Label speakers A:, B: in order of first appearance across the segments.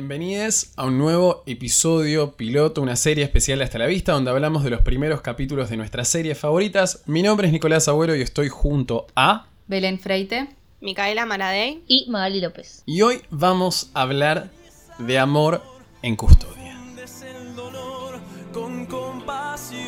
A: Bienvenidos a un nuevo episodio piloto, una serie especial de Hasta la Vista, donde hablamos de los primeros capítulos de nuestras series favoritas. Mi nombre es Nicolás Agüero y estoy junto a...
B: Belén Freite.
C: Micaela Maradei.
D: y Magali López.
A: Y hoy vamos a hablar de amor en custodia.
E: Es el dolor con compasión.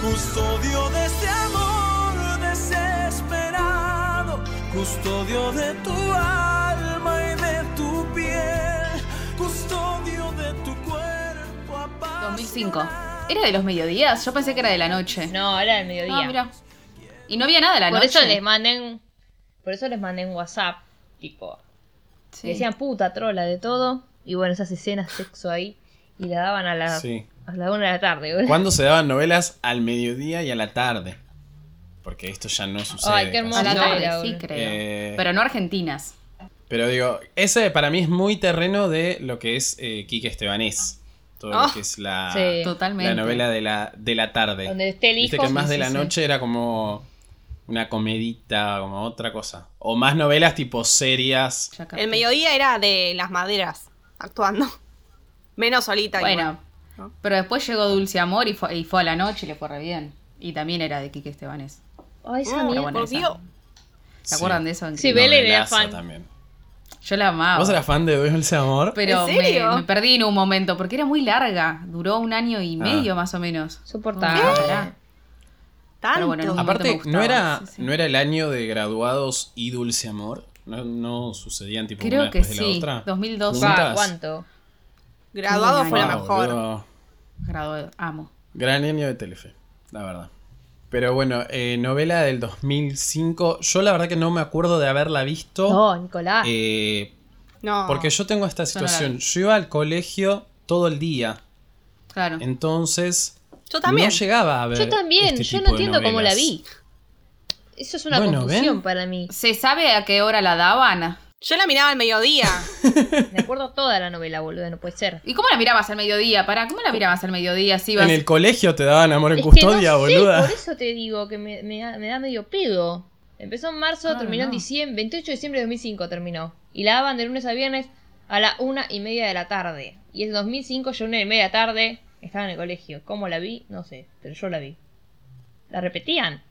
E: Custodio de este amor desesperado, custodio de tu alma y de tu piel, custodio de tu cuerpo.
B: 2005. ¿Era de los mediodías? Yo pensé que era de la noche.
D: No, era del
B: Ah,
D: mediodía.
B: mira. Y no había nada de la
D: por
B: noche.
D: eso les manden, por eso les mandé un WhatsApp, tipo,
B: Sí.
D: decían puta trola de todo y bueno esas escenas sexo ahí y la daban a la
A: Sí.
D: a la una de la tarde. boludo.
A: ¿Cuándo se daban novelas? Al mediodía y a la tarde. Porque esto ya no sucede.
D: Ay, qué
A: casi.
B: A la
D: No,
B: tarde,
D: era
B: sí,
D: una.
B: creo.
A: Eh,
B: Pero no argentinas.
A: Pero digo, ese para mí es muy terreno de lo que es eh, Quique Estebanés. Todo lo
C: Oh,
A: que es la,
D: sí.
B: Totalmente.
A: la novela de la, de la tarde.
D: Donde esté el
A: Viste
D: hijo.
A: que más
D: sí,
A: de la
D: sí, sí.
A: noche era como una comedita, como otra cosa. O más novelas tipo serias.
B: Ya capté.
C: El mediodía era de las maderas, actuando. Menos solita. igual.
B: Bueno.
D: Ah.
C: ¿no?
B: Pero después llegó Dulce Amor y fue, y fue a la noche y le fue re bien. Y también era de Quique Estebanés.
D: Ay, esa
C: Mm,
D: mierda.
B: Ah, bueno,
C: por
B: esa.
C: Dios.
B: ¿Se acuerdan de eso?
D: Sí, Belén era
A: Novelaza
D: fan.
A: También.
B: Yo la amaba.
A: ¿Vos eras fan de Dulce Amor?
B: Pero me-
C: ¿En serio?
B: Me, perdí en un momento porque era muy larga. Duró un año y
A: Ah.
B: medio más o menos.
D: Soportable.
B: No, pará.
C: Tanto.
B: Pero bueno, no-
A: Aparte,
B: me gustaba,
A: ¿no, era,
B: sí, sí.
A: ¿no era el año de graduados y Dulce Amor? ¿No, no sucedían tipo una
B: Creo que
A: después de la
B: sí.
A: otra?
B: 2002.
A: Juntas.
D: Pa, ¿Cuánto?
C: Graduado
B: Sí,
C: fue la
A: Wow,
C: mejor.
A: boludo.
B: Graduado. Amo.
A: Gran año de Telefe, la verdad. Pero bueno, eh, novela del 2005. Yo la verdad que no me acuerdo de haberla visto.
D: No, Nicolás.
A: Eh,
C: No.
A: Porque yo tengo esta
B: Yo no la
A: situación. Yo iba al colegio todo el día.
B: Claro.
A: Entonces,
C: Yo también.
A: no llegaba a ver.
D: yo también,
A: este
D: yo
A: tipo
D: no
A: de
D: entiendo cómo la
A: novelas.
D: vi. Eso es una
A: Bueno,
D: confusión
A: ¿ven?
D: para mí.
B: ¿Se sabe a qué hora la daban?
C: Yo la miraba al mediodía.
D: Me acuerdo toda la novela, boludo, no puede ser.
B: ¿Y cómo la mirabas al mediodía? Pará, ¿cómo la mirabas al mediodía si ibas?
A: En el colegio te daban amor en
D: Es que
A: custodia,
D: no sé,
A: boluda.
D: por eso te digo que me, me da, me da medio pedo. Empezó en marzo,
B: Claro,
D: terminó en
B: no.
D: diciembre, 28 de diciembre de 2005 terminó. Y la daban de lunes a viernes a la una y media de la tarde. Y en 2005 yo una y media de la tarde estaba en el colegio. ¿Cómo la vi? No sé, pero yo la vi. ¿La repetían?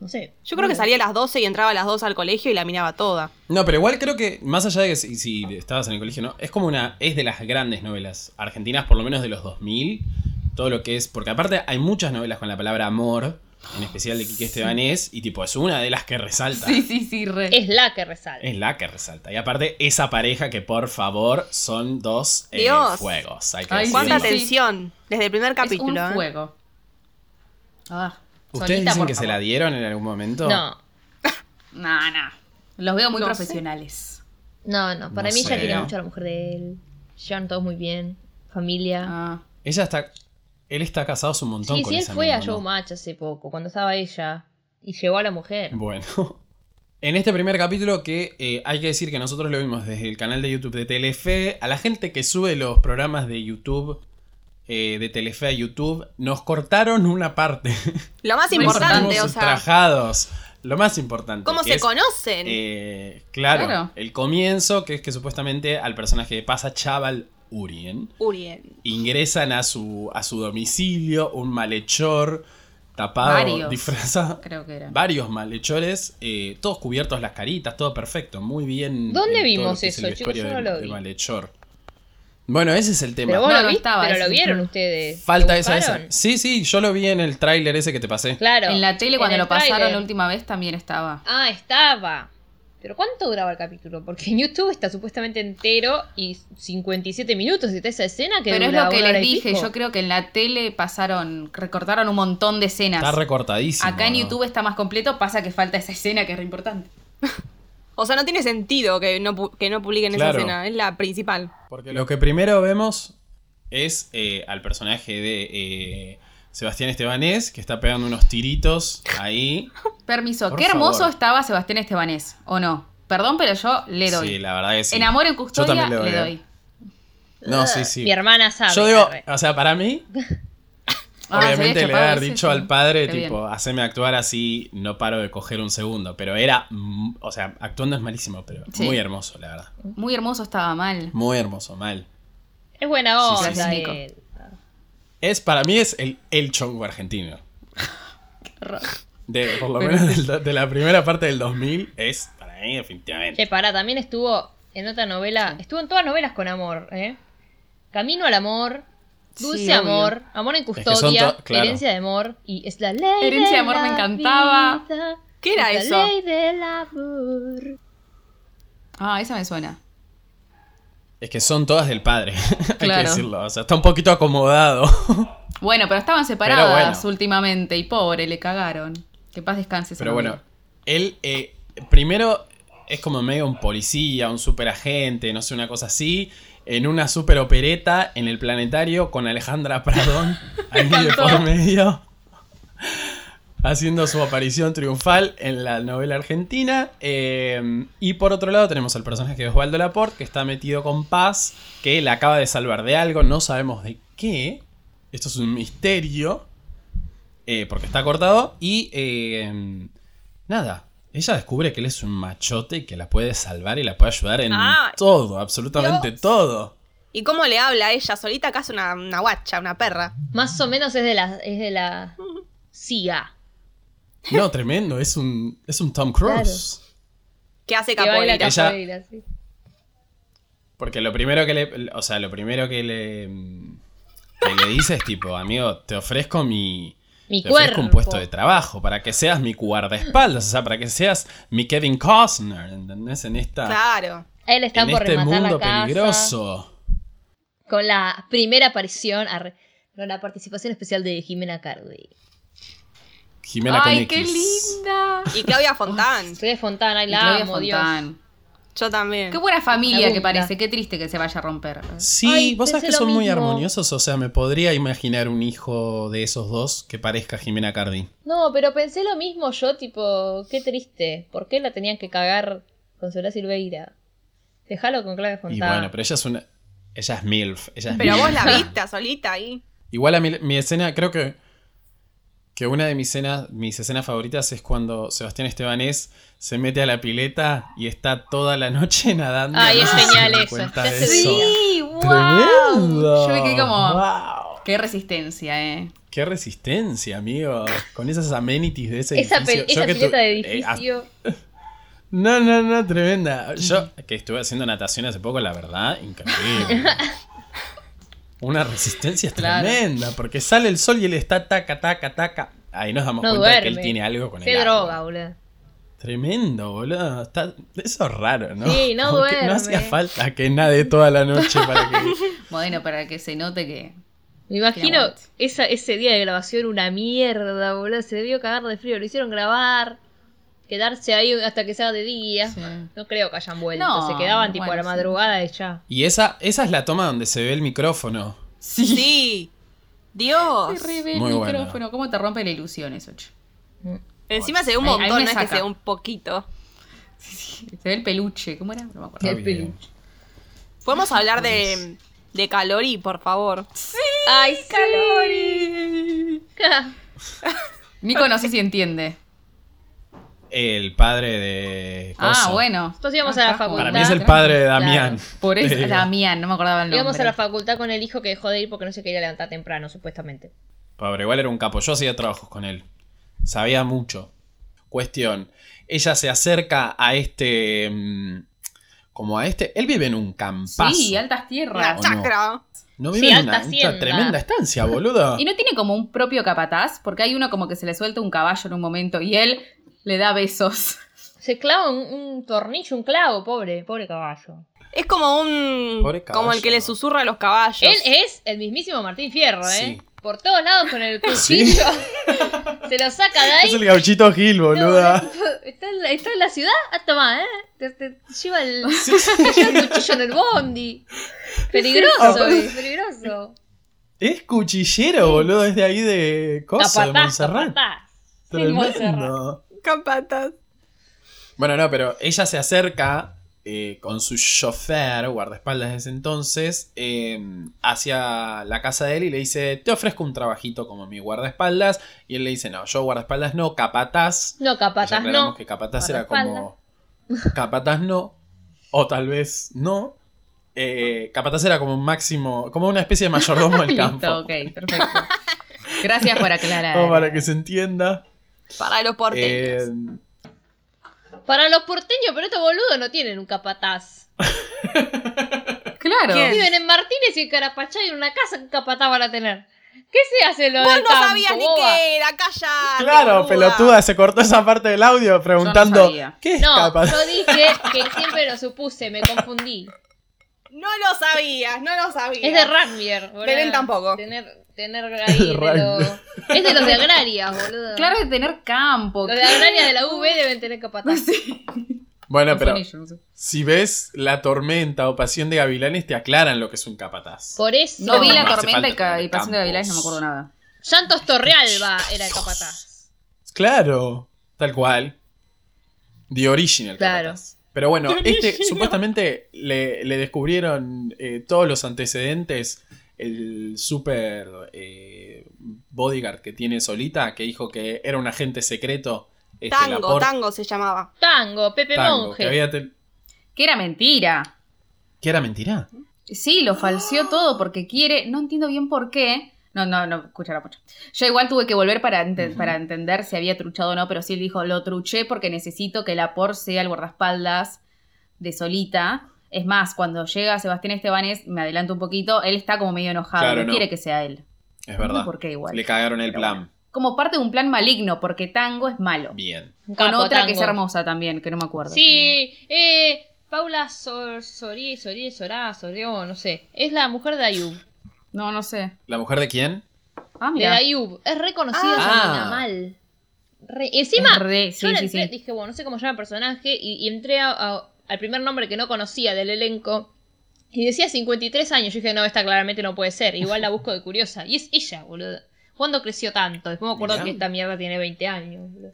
D: No sé.
C: Yo creo que salía a las 12 y entraba a las 2 al colegio y la miraba toda.
A: No, pero igual creo que, más allá de que si, si estabas en el colegio, ¿no? Es como una. Es de las grandes novelas argentinas, por lo menos de los 2000. Todo lo que es. Porque aparte hay muchas novelas con la palabra amor, en especial de Quique Estebanés, y tipo, es una de las que resalta.
B: Sí, sí, sí, re.
D: Es la que resalta.
A: Es la que resalta. Y aparte, esa pareja que por favor son dos eh,
C: Dios.
A: fuegos. Hay que
B: Ay, Sí,
C: ¿Cuánta
A: decirlo.
B: sí.
C: tensión? Desde el
B: Es
C: primer
B: un
C: capítulo. ¿eh?
B: fuego. Ah,
A: ¿Ustedes
B: solita,
A: dicen
B: por
A: que se
B: favor.
A: la dieron en algún momento?
D: No,
B: No, no. Los veo muy
C: No sé.
B: profesionales.
D: no, no. Para
A: No
D: mí
A: sé.
D: ella quería mucho a la mujer de él. Llevan todos muy bien. Familia.
B: Ah.
A: Ella está. Él está casado hace un montón
D: sí,
A: con
D: sí, él
A: esa
D: fue
A: mina,
D: a
A: ¿no?
D: Showmatch hace poco, cuando estaba ella. Y llevó a la mujer.
A: Bueno. En este primer capítulo que eh, hay que decir que nosotros lo vimos desde el canal de YouTube de Telefe, a la gente que sube los programas de YouTube, eh, de Telefe a YouTube, nos cortaron una parte.
C: Lo más
B: Muy
C: importante,
A: Nos
C: o
A: sentimos
C: sea,
A: ultrajados. Lo más importante.
C: ¿cómo
A: que
C: se
A: es,
C: conocen?
A: eh, claro,
B: Claro.
A: el comienzo, que es que supuestamente al personaje que pasa Chaval Urien,
C: Uriel.
A: ingresan a su, a su domicilio un malhechor tapado,
B: Varios.
A: disfrazado.
B: Ah, Creo que era.
A: Varios malhechores, eh, todos cubiertos las caritas, todo perfecto, muy bien.
D: ¿Dónde
A: eh, todo
D: vimos
A: lo que es el
D: eso, chicos?
A: vestuario
D: Yo no
A: del-
D: lo
A: del
D: vi.
A: malhechor. Bueno, ese es el tema.
D: Pero vos
B: No,
D: lo
B: no
D: viste,
B: estaba
D: pero
B: ese.
D: lo vieron ustedes.
A: Falta
D: ¿Lo
A: esa, esa.
D: buscaron?
A: Sí, sí, yo lo vi en el tráiler ese que te pasé.
D: Claro.
B: En la tele cuando
D: en
B: lo
D: el
B: pasaron
D: tráiler.
B: la última vez también estaba.
D: Ah, estaba. Pero ¿cuánto duraba el capítulo? Porque en YouTube está supuestamente entero y 57 minutos está esa escena que
B: Pero es
D: dura
B: lo que
D: una hora
B: les
D: y
B: dije,
D: pico.
B: yo creo que en la tele pasaron, recortaron un montón de escenas.
A: Está recortadísimo.
B: Acá en
A: ¿no?
B: YouTube está más completo, pasa que falta esa escena que es re importante.
C: O sea, no tiene sentido que no, pu- que no publiquen
A: Claro.
C: esa escena. Es la principal.
A: Porque lo que primero vemos es eh, al personaje de eh, Sebastián Estebanés, que está pegando unos tiritos ahí.
B: Permiso,
A: Por
B: qué hermoso
A: favor.
B: estaba Sebastián Estebanés, ¿o no? Perdón, pero yo le doy.
A: Sí, la verdad que sí.
B: En amor en
A: Yo
B: custodia
A: también ¿eh?
B: le doy.
A: No, Ah, sí, sí.
D: Mi hermana sabe.
A: Yo digo,
D: arre.
A: o sea, para mí,
B: Ah, se había
A: Obviamente le
B: chapado
A: haber
B: ese,
A: dicho
B: sí.
A: al padre,
B: Qué
A: tipo, haceme actuar así, no paro de coger un segundo. Pero era, mm, o sea, actuando es malísimo, pero
B: Sí.
A: muy hermoso, la verdad.
B: Muy hermoso estaba mal.
A: Muy hermoso, mal.
D: Es buena
A: Sí, sí,
D: onda.
B: sí.
D: él.
A: Es, para mí es el, el chongo argentino. De, por lo
B: Pero-
A: menos del do- de la primera parte del 2000 es, para mí, definitivamente.
D: Che, pará, también estuvo en otra novela. Estuvo en todas novelas con amor, ¿eh? Camino al amor, Dulce
B: Sí, obvio.
D: amor, Amor en
A: que son
D: custodia,
A: to- claro.
D: Herencia de amor y es la ley.
B: Herencia de amor
D: la
B: me encantaba.
D: vida,
C: ¿Qué era
D: es
C: eso?
D: La ley del amor.
B: Ah, esa me suena.
A: Es que son todas del padre, hay que
B: Claro.
A: decirlo. O sea, está un poquito acomodado.
B: Bueno, pero estaban separadas
A: bueno.
B: últimamente y pobre, le cagaron. Que paz descanse. esa
A: Pero
B: novela.
A: bueno, él eh, primero es como medio un policía, un superagente, no sé, una cosa así, en una super opereta en el planetario con Alejandra Pradón ahí de por medio, haciendo su aparición triunfal en la novela argentina. Eh, y por otro lado tenemos al personaje de Osvaldo Laporte, que está metido con Paz, que la acaba de salvar de algo, no sabemos de qué. Esto es un misterio. Eh, porque está cortado. Y eh, nada, ella descubre que él es un machote y que la puede salvar y la puede ayudar en
C: Ah,
A: todo, absolutamente
C: Dios.
A: todo.
C: ¿Y cómo le habla a ella? Solita acá es una, una guacha, una perra.
D: Más o menos es de la, es de la CIA.
A: No, tremendo, es un, es un Tom Cruise.
C: Que hace
D: Que baila
C: capoeira.
A: Ella-
D: capoeira, sí.
A: Porque lo primero que le. O sea, lo primero que le. Que le dice es tipo, amigo, te ofrezco mi.
D: Mi
A: te ofrezco un
D: cuerpo.
A: puesto de trabajo para que seas mi guardaespaldas, o sea, para que seas mi Kevin Costner, ¿entendés? En esta.
C: Claro.
D: Él está
A: en
D: por
A: este
D: rematar
A: mundo
D: la casa.
A: peligroso.
D: Con la primera aparición, arre- con la participación especial de Jimena Cardi.
A: Jimena con
B: ¡Ay,
A: X.
B: qué linda!
C: Y Claudia Fontán.
D: Soy de Fontana y
B: Y
D: la
B: Claudia
D: amo, Dios.
B: Fontán.
C: Yo también.
B: Qué buena
D: La
B: familia
D: bunta.
B: que parece. Qué triste que se vaya a romper.
A: Sí,
D: Ay,
A: vos sabés
D: pensé
A: que
D: lo
A: son muy
D: mismo.
A: armoniosos, o sea, me podría imaginar un hijo de esos dos que parezca Jimena Cardi.
D: No, pero pensé lo mismo yo, tipo, qué triste. ¿Por qué la tenían que cagar con Soledad Silveira? Dejalo con Claudia
A: Y
D: Fontana.
A: bueno, pero ella es una ella es MILF, ella es
C: Pero
A: MILF.
C: vos la viste a solita ahí.
A: Igual a mi, mi escena, creo que que una de mis escenas, mis escenas favoritas es cuando Sebastián Estebanés se mete a la pileta y está toda la noche nadando.
D: Ay,
A: No
D: es
A: sé si se
D: genial
A: dan
D: eso,
A: cuenta
D: te
A: de
D: hace
A: eso.
D: día.
A: Tremendo.
B: Yo me quedé como.
A: Wow.
B: Qué resistencia, eh.
A: Qué resistencia, amigo. Con esas amenities de ese
D: esa
A: este edificio.
D: pe-
A: Yo
D: esa
A: que tu-
D: pileta
A: eh,
D: de
A: hasta-
D: edificio.
A: No, no, no, tremenda. Yo que estuve haciendo natación hace poco, la verdad, increíble. Una resistencia
B: Claro.
A: tremenda, porque sale el sol y él está taca, taca, taca. Ahí nos damos
D: No
A: cuenta de que él
D: duerme.
A: tiene algo con
D: qué
A: el agua.
D: droga, boludo.
A: Tremendo, boludo. Está- Eso es raro, ¿no?
D: Sí, no
A: Como que No
D: duerme.
A: hacía falta que nade toda la noche para que...
B: Bueno, para que se note que.
D: Me imagino
B: aguante.
D: esa, ese día de grabación una mierda, boludo. Se debió cagar de frío. Lo hicieron grabar, quedarse ahí hasta que sea de día.
B: Sí.
D: No creo que hayan vuelto.
B: No,
D: se quedaban tipo
B: bueno,
D: a la
B: sí.
D: madrugada y ya.
A: Y esa, esa es la toma donde se ve el micrófono.
B: Ay,
C: Sí. Dios.
B: re ve el
A: Muy bueno.
B: micrófono. ¿Cómo te rompe la ilusión eso, che?
C: Encima se ve un
B: Ahí- ahí
C: montón,
B: me
C: no es que
B: saca.
C: se ve un poquito.
B: Se ve el peluche. ¿Cómo era? No me acuerdo.
A: Está
D: El
A: bien.
C: Podemos hablar de, de Calori, por favor.
D: ¡Ay, sí!
B: Nico no sé si entiende.
A: El padre de...
B: Ah,
A: Coso.
B: bueno.
D: Entonces íbamos
B: Ah,
D: a la
B: está.
A: Para
D: facultad.
A: mí es el padre de
D: Claro.
A: Damián.
B: Por
A: te
B: eso,
A: digo.
B: Damián, no me acordaba el nombre.
D: Íbamos a la facultad con el hijo que dejó de ir porque no se quería levantar temprano, supuestamente.
A: Pobre, igual era un capo. Yo hacía trabajos con él. Sabía mucho. Cuestión. Ella se acerca a este. mm, Como a este. Él vive en un campazo.
B: Sí, altas
C: Una
B: tierras.
A: no?
C: chacra.
A: No vive
D: Sí,
A: en una,
D: alta
A: una
D: hacienda.
A: tremenda estancia, boludo.
B: Y no tiene como un propio capataz, porque hay uno como que se le suelta un caballo en un momento y él le da besos.
D: Se clava un, un tornillo, un clavo, pobre, pobre caballo.
C: Es como un.
A: Pobre caballo.
C: Como el que le susurra a los caballos.
D: Él es el mismísimo Martín Fierro, ¿eh?
A: Sí.
D: Por todos lados con el cuchillo. Se lo saca de
A: Es
D: ahí.
A: el gauchito Gil, boluda.
D: Está en, la, está en la ciudad, ah, toma, ¿eh? Te, te lleva el, te lleva el cuchillo en el bondi.
C: Ah,
D: Peligroso,
A: Aparte-
D: eh,
C: pues.
D: peligroso.
A: Es cuchillero, boludo. Es de ahí de. Cosa, de
D: Capataz,
A: Montserrat.
D: capataz. Sí, Montserrat.
A: Tremendo.
C: Con patas.
A: Bueno, no, pero ella se acerca eh, con su chofer, guardaespaldas de ese entonces, eh, hacia la casa de él y le dice, te ofrezco un trabajito como mi guardaespaldas. Y él le dice, no, yo guardaespaldas no, capataz.
D: No,
A: Ya
D: capataz
A: aclaramos
D: no.
A: que capataz era
D: Guardaespaldas.
A: como... Capataz no, o tal vez no. Eh, capataz era como un máximo, como una especie de mayordomo del
B: Listo,
A: campo.
B: ok, perfecto. Gracias por aclarar.
A: Como para que se entienda.
C: Para los porteños.
A: Eh,
D: Para los porteños, pero estos boludos no tienen un capataz.
C: Ah.
B: Claro.
C: ¿Quién?
D: Viven en Martínez y en Carapachá y en una casa que capataz van a tener. ¿Qué se hace lo
C: Vos
D: del
C: no
D: campo,
C: sabías ni
D: boba?
C: qué era, calla.
A: Claro, pelotuda, se cortó esa parte del audio preguntando
B: sabía.
A: ¿qué es
D: No,
A: capataz?
D: yo dije que siempre lo supuse, me confundí.
C: No lo sabías, no lo sabías.
D: Es de Rugby, boludo.
C: Belén tampoco.
D: Tener, tener ahí de
A: Rugby.
D: lo- Es de los de Agraria, boludo.
B: Claro de tener campo.
D: Los de Agraria de la UV deben tener capataz.
A: Bueno, pero
B: Son ellos, no sé.
A: si ves La Tormenta o Pasión de Gavilanes, te aclaran lo que es un capataz.
D: Por eso.
B: No vi la
A: No hace
B: tormenta y,
A: falta
B: ca- y
A: tener
B: pasión
A: campos.
B: de Gavilanes, no me acuerdo nada.
D: Santos Torrealba era el capataz.
A: Claro, tal cual. The Original
D: Claro.
A: capataz. Pero bueno,
C: The
A: este
C: Original.
A: supuestamente le, le descubrieron eh, todos los antecedentes. El super eh, bodyguard que tiene Solita, que dijo que era un agente secreto. este,
C: Tango,
A: Laporte,
C: tango se llamaba.
D: Tango, Pepe
A: Tango,
D: Monge.
A: que, había te-
B: Que era mentira.
A: que era mentira.
B: Sí, lo falseó todo porque quiere, no entiendo bien por qué. No, no, no, escuchará mucho. Yo igual tuve que volver para, ente- para entender si había truchado o no, pero sí él dijo, lo truché porque necesito que la por sea el guardaespaldas de Solita. Es más, cuando llega Sebastián Estebanes, me adelanto un poquito, él está como medio enojado,
A: Claro,
B: no,
A: no.
B: quiere que sea él.
A: Es
B: No
A: verdad.
B: sé por qué igual.
A: Le cagaron el
B: Pero
A: plan.
B: Como parte de un plan maligno, porque Tango es malo.
A: Bien.
D: Un
B: Con
D: capo,
B: otra que es
D: Tango.
B: hermosa también, que no me acuerdo.
D: Sí, eh, Paula Sor, Sorí, Sorí, Sorá, Sorió, no sé. Es la mujer de Ayub.
B: No, no sé.
A: ¿La mujer de quién?
B: Ah,
D: De
B: mira.
D: Ayub. Es reconocida
A: Ah.
D: esa mina, mal. Re- Encima,
B: Es re- sí,
D: yo la
B: sí,
D: entré-
B: sí.
D: dije, bueno, no sé cómo se llama el personaje, y, y entré a- a- al primer nombre que no conocía del elenco, y decía 53 años. Yo dije, no, esta claramente no puede ser. Igual la busco de curiosa. Y es ella, boludo. ¿Cuándo creció tanto? Después me acuerdo
A: Mirá.
D: que esta mierda tiene 20 años, boludo.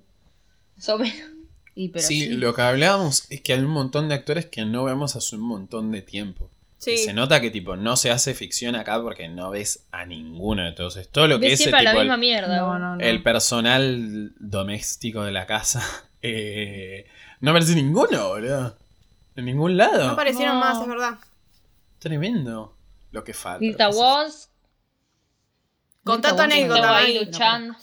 D: Más o menos.
B: Y, pero
A: sí, lo que hablábamos es que hay un montón de actores que no vemos hace un montón de tiempo. Y
C: Sí.
A: Se nota que tipo no se hace ficción acá porque no ves a ninguno de todos. Es todo lo que
D: Ves
A: es eh,
D: siempre a la
A: tipo,
D: misma
A: el,
D: mierda.
B: No,
D: boludo.
B: no, no.
A: el personal doméstico de la casa. eh, no aparece ninguno, boludo. En ningún
C: No
A: lado.
C: aparecieron
D: No.
C: más, es verdad.
A: Tremendo. Lo que falta. lo
D: Nilda
A: que se-
D: Wons,
C: Contá tu
B: Mirta Bonsi,
C: anécdota,
B: no,
D: Estaba
C: Mari.
D: ahí
B: no,
D: luchando.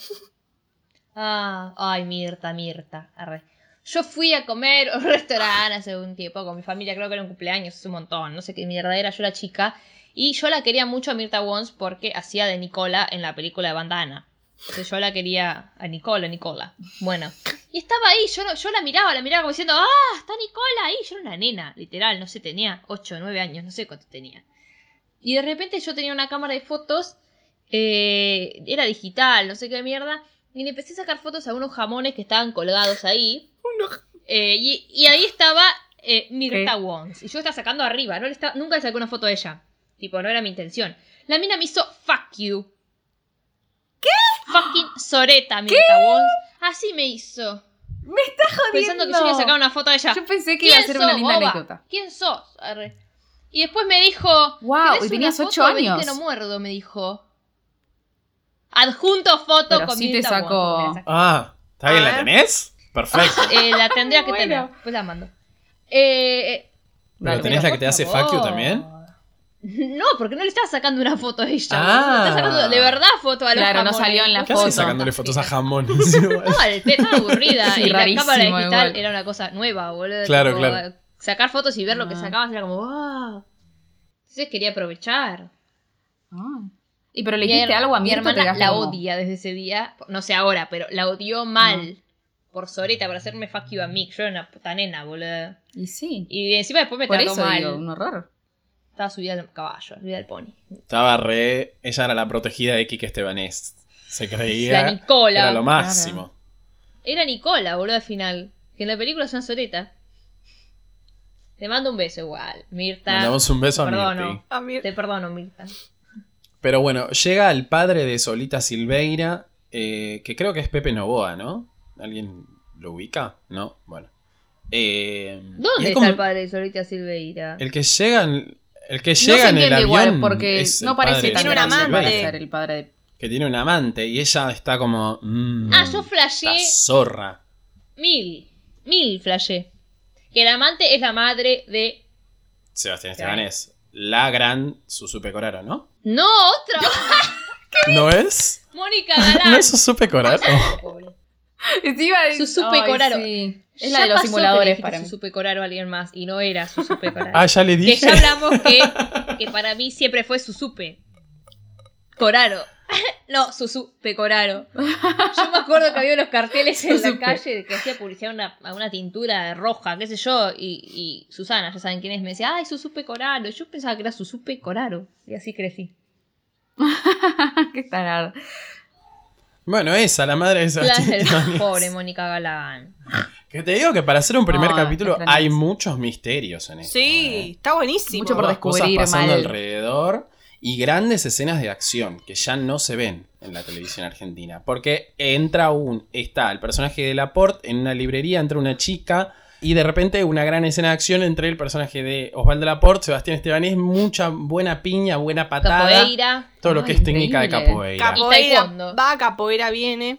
D: Ah, ay, Mirta, Mirta. arre. Yo fui a comer a un restaurante hace un tiempo con mi familia, creo que era un cumpleaños, es un montón, no sé qué mierda era, yo era chica. Y yo la quería mucho a Mirta Wons porque hacía de Nicola en la película de Bandana. Entonces yo la quería a Nicola, Nicola. Bueno, y estaba ahí, yo, no- yo la miraba, la miraba como diciendo, ¡ah! Está Nicola ahí. Yo era una nena, literal, no sé, tenía 8, 9 años, no sé cuánto tenía. Y de repente yo tenía una cámara de fotos eh, era digital, no sé qué mierda. Y le empecé a sacar fotos a unos jamones que estaban colgados ahí. Eh, y, y ahí estaba eh, Mirta
B: ¿Qué?
D: Wons. Y yo estaba sacando arriba, no le estaba- nunca le saqué una foto a ella. Tipo, no era mi intención. La mina me hizo fuck you. ¿Qué? Fucking soreta, Mirta Wons. Así me hizo. Pensando que
B: jodiendo.
D: yo le iba a sacar una foto a ella.
B: Yo pensé que iba a
D: ¿Quién
B: ser
D: sos,
B: una linda
D: boba?
B: anécdota.
D: ¿Quién sos? Arre. Y después me dijo.
B: Guau,
D: ¿querés
B: y
D: una
B: tenías
D: foto?
B: ocho
D: Vení
B: años.
D: que no muerdo, me dijo. Adjunto foto
B: Pero
D: con
B: sí
D: Mirta
B: te sacó.
D: Wong, me la sacó.
A: Ah, ¿está bien? ¿La
C: Ah.
A: tenés? Perfecto.
D: Eh, la tendría que tener. Pues la mando. Eh, eh,
A: ¿Pero
B: Dale,
A: tenés la que te
D: por
A: hace
D: favor.
A: fuck you también?
D: No, porque no le estaba sacando una foto a ella.
A: Ah.
D: boludo. Le estaba sacando de verdad foto a los
B: Claro, no
D: jamones.
B: salió en la
A: ¿Qué
B: foto.
A: haces sacándole fotos a jamones? igual?
D: No, el- estaba aburrida.
B: Sí,
D: y la
B: rarísimo,
D: cámara digital
B: igual.
D: era una cosa nueva, boludo.
A: Claro, claro.
D: Sacar fotos y ver lo que
B: Ah.
D: sacabas era como, wow. Entonces quería aprovechar.
B: Ah. Y pero le
D: Mi
B: dijiste
D: her-
B: algo a
D: mi
B: Mirta, te
D: hermana
B: quedaste
D: la
B: como-
D: odia desde ese día. No sé ahora, pero la odió mal. Por Soreta, por hacerme fuck you a mí. Yo era una puta nena, boludo.
B: Y sí.
D: Y encima después me
B: Por
D: trató
B: eso
D: mal.
B: digo, un horror.
D: Estaba subida al caballo, subida al pony.
A: Estaba re. Ella era la protegida de Kike Estebanés. Se creía.
D: La Nicola.
A: Era lo máximo.
D: Era Nicola, boludo, al final. Que en la película es una Soreta. Te mando un beso igual, Mirta.
A: Mandamos un beso a
D: Perdón,
A: Mirti.
D: no.
C: A mí-
D: Te perdono, Mirta.
A: Pero bueno, llega el padre de Solita Silveira, eh, que creo que es Pepe Novoa, ¿no? ¿Alguien lo ubica? ¿No? Bueno. Eh, y
D: ¿Dónde
A: es
D: está
A: como
D: el padre de Solita Silveira?
A: El que llega en, el que llega
B: no se
A: en el
B: entiende
A: avión
B: igual porque
A: es el
B: no parece
A: padre
B: tan
A: de
C: Tiene un
B: grande
A: Silveira,
B: para
C: amante.
B: ser el padre de...
A: Que tiene un amante y ella está como... mm,
D: Ah, yo flashé
A: esta zorra.
D: mil, mil flashé. Que el amante es la madre de...
A: Sebastián Estebanés. La gran Susupe Coraro, ¿no?
D: No, otra.
A: ¿No es?
D: Mónica
A: ¿No
D: Galán.
A: es Susupe Coraro?
B: Encima es-
D: Susupe
B: ay,
D: Coraro.
B: sí. Es
D: Ya
B: la de los
D: pasó que le
B: simuladores
D: dijiste
B: para mí.
D: Susupe Coraro a alguien más y no era Susupe Coraro.
A: Ah, ya le
D: que
A: dije.
D: ya hablamos que, que para mí siempre fue Susupe. Coraro. No, Susupe Coraro. Yo me acuerdo que había unos carteles en la
B: Susupe.
D: calle que hacía publicidad a una, a una tintura roja, qué sé yo, y, y Susana, ya saben quién es, me decía, ay, Susupe Coraro. Y yo pensaba que era Susupe Coraro. Y así crecí.
B: Qué tarado.
A: Bueno, esa, la madre de Sebastián
D: Placer.
A: Estebanés.
D: Pobre Mónica Galán.
A: Que te digo que para hacer un primer
B: No,
A: capítulo
B: es tremendo.
A: hay muchos misterios en esto.
C: Sí,
A: ¿eh?
C: está buenísimo.
B: Mucho por
A: Todas
B: descubrir,
A: cosas pasando
B: mal.
A: alrededor y grandes escenas de acción que ya no se ven en la televisión argentina. Porque entra un, está el personaje de Laporte en una librería, entra una chica y de repente una gran escena de acción entre el personaje de Osvaldo Laporte, Sebastián Estebanés, mucha buena piña, buena patada,
D: Capoeira.
A: todo lo
B: No,
A: que es técnica de
B: increíble.
A: capoeira.
D: Y
C: Capoeira
D: taekwondo.
C: va, capoeira viene.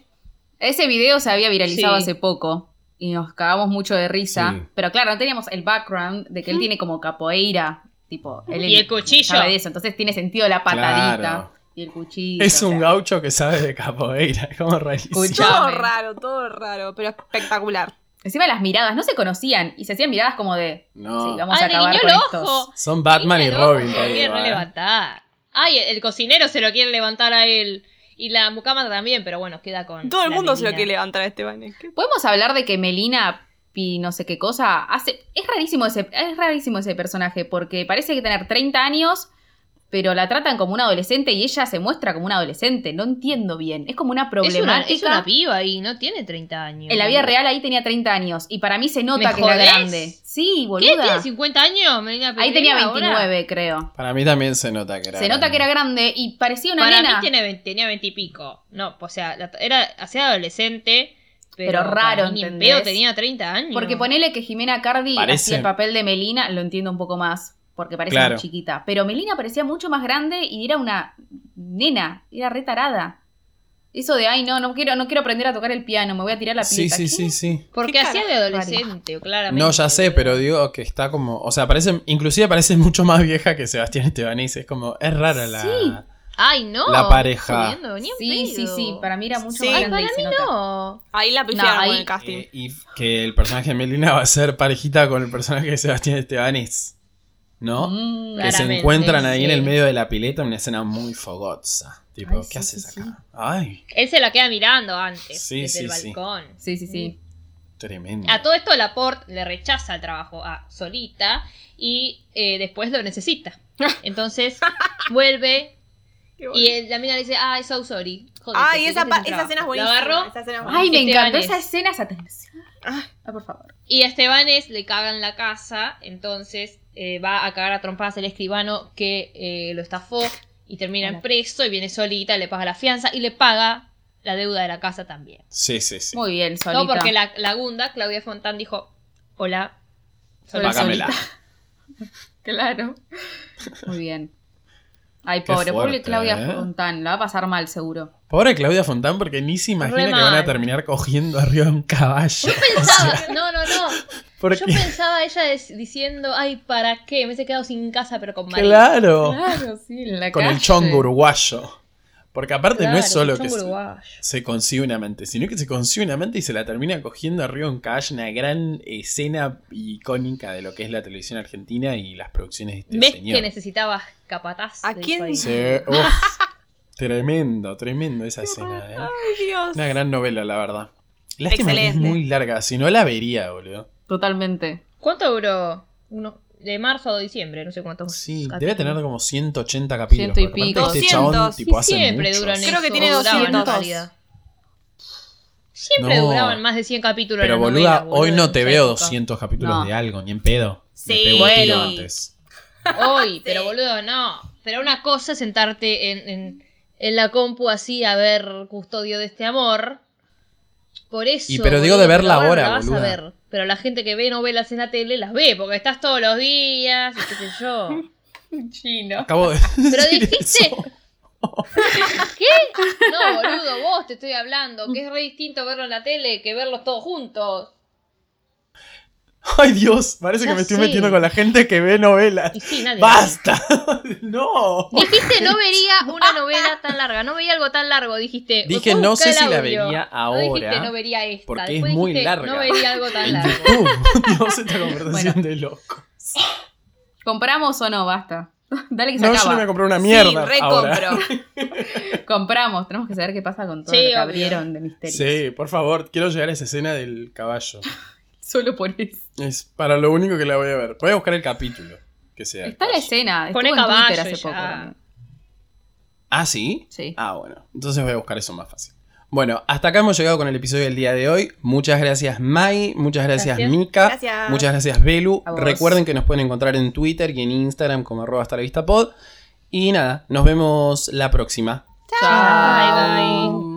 B: Ese video se había viralizado
D: Sí.
B: hace poco y nos cagamos mucho de risa.
A: Sí.
B: Pero claro, no teníamos el background de que él tiene como capoeira. Tipo, él
D: Mm. Y el cuchillo.
B: sabe de eso, entonces tiene sentido la patadita
A: Claro.
B: y el cuchillo.
A: es
B: o
A: un
B: sea.
A: gaucho que sabe de capoeira, como rarísimo.
B: Escucha.
C: Todo
B: Llame.
C: raro, todo raro, pero espectacular.
B: Encima las miradas, no se conocían y se hacían miradas como de.
A: No.
B: Sí, vamos a
D: Ay, le
B: acabar
D: guiñó
B: con
D: el
B: estos.
D: ojo.
A: Son Batman y
D: Mira, loco,
A: Robin.
D: se
A: te
D: lo quiere
A: digo,
D: re
A: ¿eh?
D: levantar. Ay, el, el cocinero se lo quiere levantar a él. Y la mucama también, pero bueno, queda con.
C: Todo el
D: la
C: mundo se lo
D: menina.
C: quiere levantar a este Esteban. es que-
B: Podemos hablar de que Melina Pi no sé qué cosa hace. Es rarísimo ese, es rarísimo ese personaje, porque parece que tener 30 años, pero la tratan como una adolescente y ella se muestra como una adolescente. No entiendo bien. Es como una
D: Es una,
B: problemática.
D: es una piba y no tiene 30 años.
B: en la vida real ahí tenía 30 años. Y para mí se nota
D: ¿Me
B: que era
D: jodés?
B: grande. Sí,
D: ¿Qué? ¿Tiene
B: boluda.
D: 50 años? Melina
B: Ahí
D: Pereira
B: tenía
D: ahora?
B: 29, creo.
A: Para mí también se nota que era.
B: Se nota
A: grande.
B: que era grande y parecía una
D: Para
B: nena.
D: mí tiene 20 tenía 20 y pico. No, o sea, la- era hacía adolescente. Pero,
B: Pero raro,
D: para mí ni en
B: ¿entendés?
D: pedo tenía 30 años.
B: Porque ponele que Jimena Cardi
A: Parece.
B: hacía el papel de Melina, lo entiendo un poco más, porque parece
A: Claro.
B: muy chiquita. Pero Melina parecía mucho más grande y era una nena, era retarada. Eso de ay no, no quiero, no quiero aprender a tocar el piano, me voy a tirar la
A: Sí,
B: pileta.
A: sí,
B: ¿Qué?
A: sí, sí.
D: Porque
C: ¿Qué
D: hacía de
B: carajo?
D: adolescente, claramente.
A: No, ya sé, pero digo que está como. O sea, parece. Inclusive parece mucho más vieja que Sebastián Estebanés. Es como. Es rara la.
B: Sí.
D: Ay, no.
A: La pareja.
D: jodiendo, ni en
B: Sí, sí,
D: pedo.
B: sí, para mí era mucho
C: Sí.
B: más
D: Ay,
B: grande.
D: para
B: y se
D: mí
B: nota.
D: no.
C: Ahí la pifiaron
B: ahí-
C: con el casting.
A: Eh, y que el personaje de Melina va a ser parejita con el personaje de Sebastián Estebanés. ¿No?
B: Mm,
A: que se
D: claramente,
A: encuentran ahí en
D: sí.
A: el medio de la pileta en una escena muy fogosa. Tipo,
B: Ay,
A: ¿qué
B: sí,
A: haces
B: sí,
A: acá? Ay,
D: Él se la queda mirando antes,
A: Sí,
D: desde el
A: sí, sí.
D: balcón.
B: Sí, sí, sí.
A: tremendo.
D: A todo esto Laporte le rechaza el trabajo a Solita y eh, después lo necesita. Entonces vuelve
C: Qué bueno.
D: y él- la mina le dice, ah, so sorry. Joder,
C: Ay,
D: te
C: esa,
D: quedaste
C: pa-
D: sin
C: esa
D: trabajo".
C: escena es
D: Lo
C: buenísima.
D: agarró
C: esa escena es
B: Ay, me
D: Estebanes.
B: encantó esa escena, esa tensión.
C: Ah.
B: Ah, por favor.
D: y a Estebanes le cagan la casa, entonces eh, va a cagar a trompadas el escribano que eh, lo estafó y termina en
B: Hola.
D: preso y viene Solita, le paga la fianza y le paga la deuda de la casa también.
A: Sí, sí, sí.
B: Muy bien, solita.
D: No, porque la, la Gunda, Claudia Fontán, dijo, hola, soy
B: Hola,
D: Solita".
A: Págamela.
B: Claro. Muy bien. Ay,
A: Qué
B: pobre, pobre
A: fuerte,
B: Claudia
A: ¿eh?
B: Fontán, la va a pasar mal seguro.
A: Pobre Claudia Fontán, porque ni se imagina
D: Re
A: que van a
D: mal.
A: terminar cogiendo arriba de un caballo.
D: Pensaba- no, no, no.
A: Porque,
D: Yo pensaba ella des- diciendo, ay, ¿para qué? Me he quedado sin casa, pero con marido.
A: claro.
B: Claro, sí, en la
A: con el
B: calle.
A: chongo uruguayo. Porque aparte
D: Claro,
A: no es solo
D: chongo
A: que se,
D: uruguayo.
A: se consigue un amante, sino que se consigue un amante y se la termina cogiendo arriba de un caballo, una gran escena icónica de lo que es la televisión argentina y las producciones de este
D: ¿Ves
A: señor.
D: que necesitabas capataz?
C: ¿A
D: del
C: quién?
D: país?
A: Se- uf, tremendo, tremendo esa escena. ¿eh?
C: Ay, Dios.
A: Una gran novela, la verdad. Lástima que es
C: Excelente.
A: muy larga, si no la vería, boludo.
B: Totalmente.
D: ¿Cuánto duró? Uno, de marzo a diciembre, no sé cuántos.
A: Sí,
D: capítulos.
A: debe tener como 180 capítulos.
B: Ciento y
A: porque aparte
B: pico.
A: Este chabón,
C: 200.
A: tipo,
D: Y
A: hace
D: siempre
A: muchos.
D: duran
C: Creo que
D: eso,
C: tiene
D: duraban en
C: 200.
D: realidad. Siempre
A: No.
D: duraban más de 100 capítulos.
A: Pero
D: las
A: boluda,
D: novelas,
A: hoy
D: boludo,
A: no
D: en
A: te
D: esa
A: veo
D: época.
A: 200 capítulos
B: No.
A: de algo, ni en pedo. Me
C: Sí.
A: pego un tiro
C: Bueno.
A: antes.
D: Hoy, pero boludo, no. Pero una cosa es sentarte en, en, en la compu así a ver Custodio de este amor. Por eso.
A: Y pero digo de verla
D: pero
A: ahora,
D: no la vas
A: boluda.
D: a ver. Pero la gente que ve novelas en la tele las ve, porque estás todos los días, y qué sé yo.
B: Chino.
A: Acabo de.
D: Pero
A: decir
D: dijiste-
A: eso.
D: ¿Qué? No, boludo, vos te estoy hablando, que es re distinto verlo en la tele que verlos todos juntos.
A: Ay, Dios, parece
D: Ya
A: que me estoy
D: sé.
A: metiendo con la gente que ve novelas.
D: Y sí, nadie.
A: ¡Basta! ¡No!
D: Dijiste no vería una novela tan larga, no veía algo tan largo, dijiste.
A: Dije,
D: "Busca
A: no sé
D: el
A: si la
D: audio".
A: vería
D: No dijiste
A: ahora,
D: no vería esta.
A: porque es
D: Después
A: muy
D: dijiste,
A: larga.
D: No vería algo tan
A: En
D: largo.
A: YouTube. Dios, esta conversación de loco.
B: ¿Compramos o no? Basta. Dale que se
A: No, yo
B: acaba.
A: no me compré una mierda.
C: sí,
A: ahora.
C: recompro.
B: Compramos. Tenemos que saber qué pasa con todo
D: Sí,
B: lo que
D: obvio.
B: abrieron de misterio.
A: Sí, por favor, quiero llegar a esa escena del caballo.
B: Solo por eso.
A: Es para lo único que la voy a ver. Voy a buscar el capítulo que sea. el
B: Está la
A: caballo.
B: escena. Estuvo
D: Pone
B: en Twitter
D: caballo
B: hace
D: y
B: poco.
D: ya.
B: también.
A: ¿Ah, sí?
B: Sí.
A: Ah, bueno. Entonces voy a buscar eso más fácil. Bueno, hasta acá hemos llegado con el episodio del día de hoy. Muchas gracias, Mai. Muchas gracias,
D: Gracias.
A: Mika.
C: Gracias.
A: Muchas gracias, Belu.
B: A vos.
A: Recuerden que nos pueden encontrar en Twitter y en Instagram como arroba hasta la vista pod. Y nada, nos vemos la próxima.
B: Chao.
D: Bye, bye.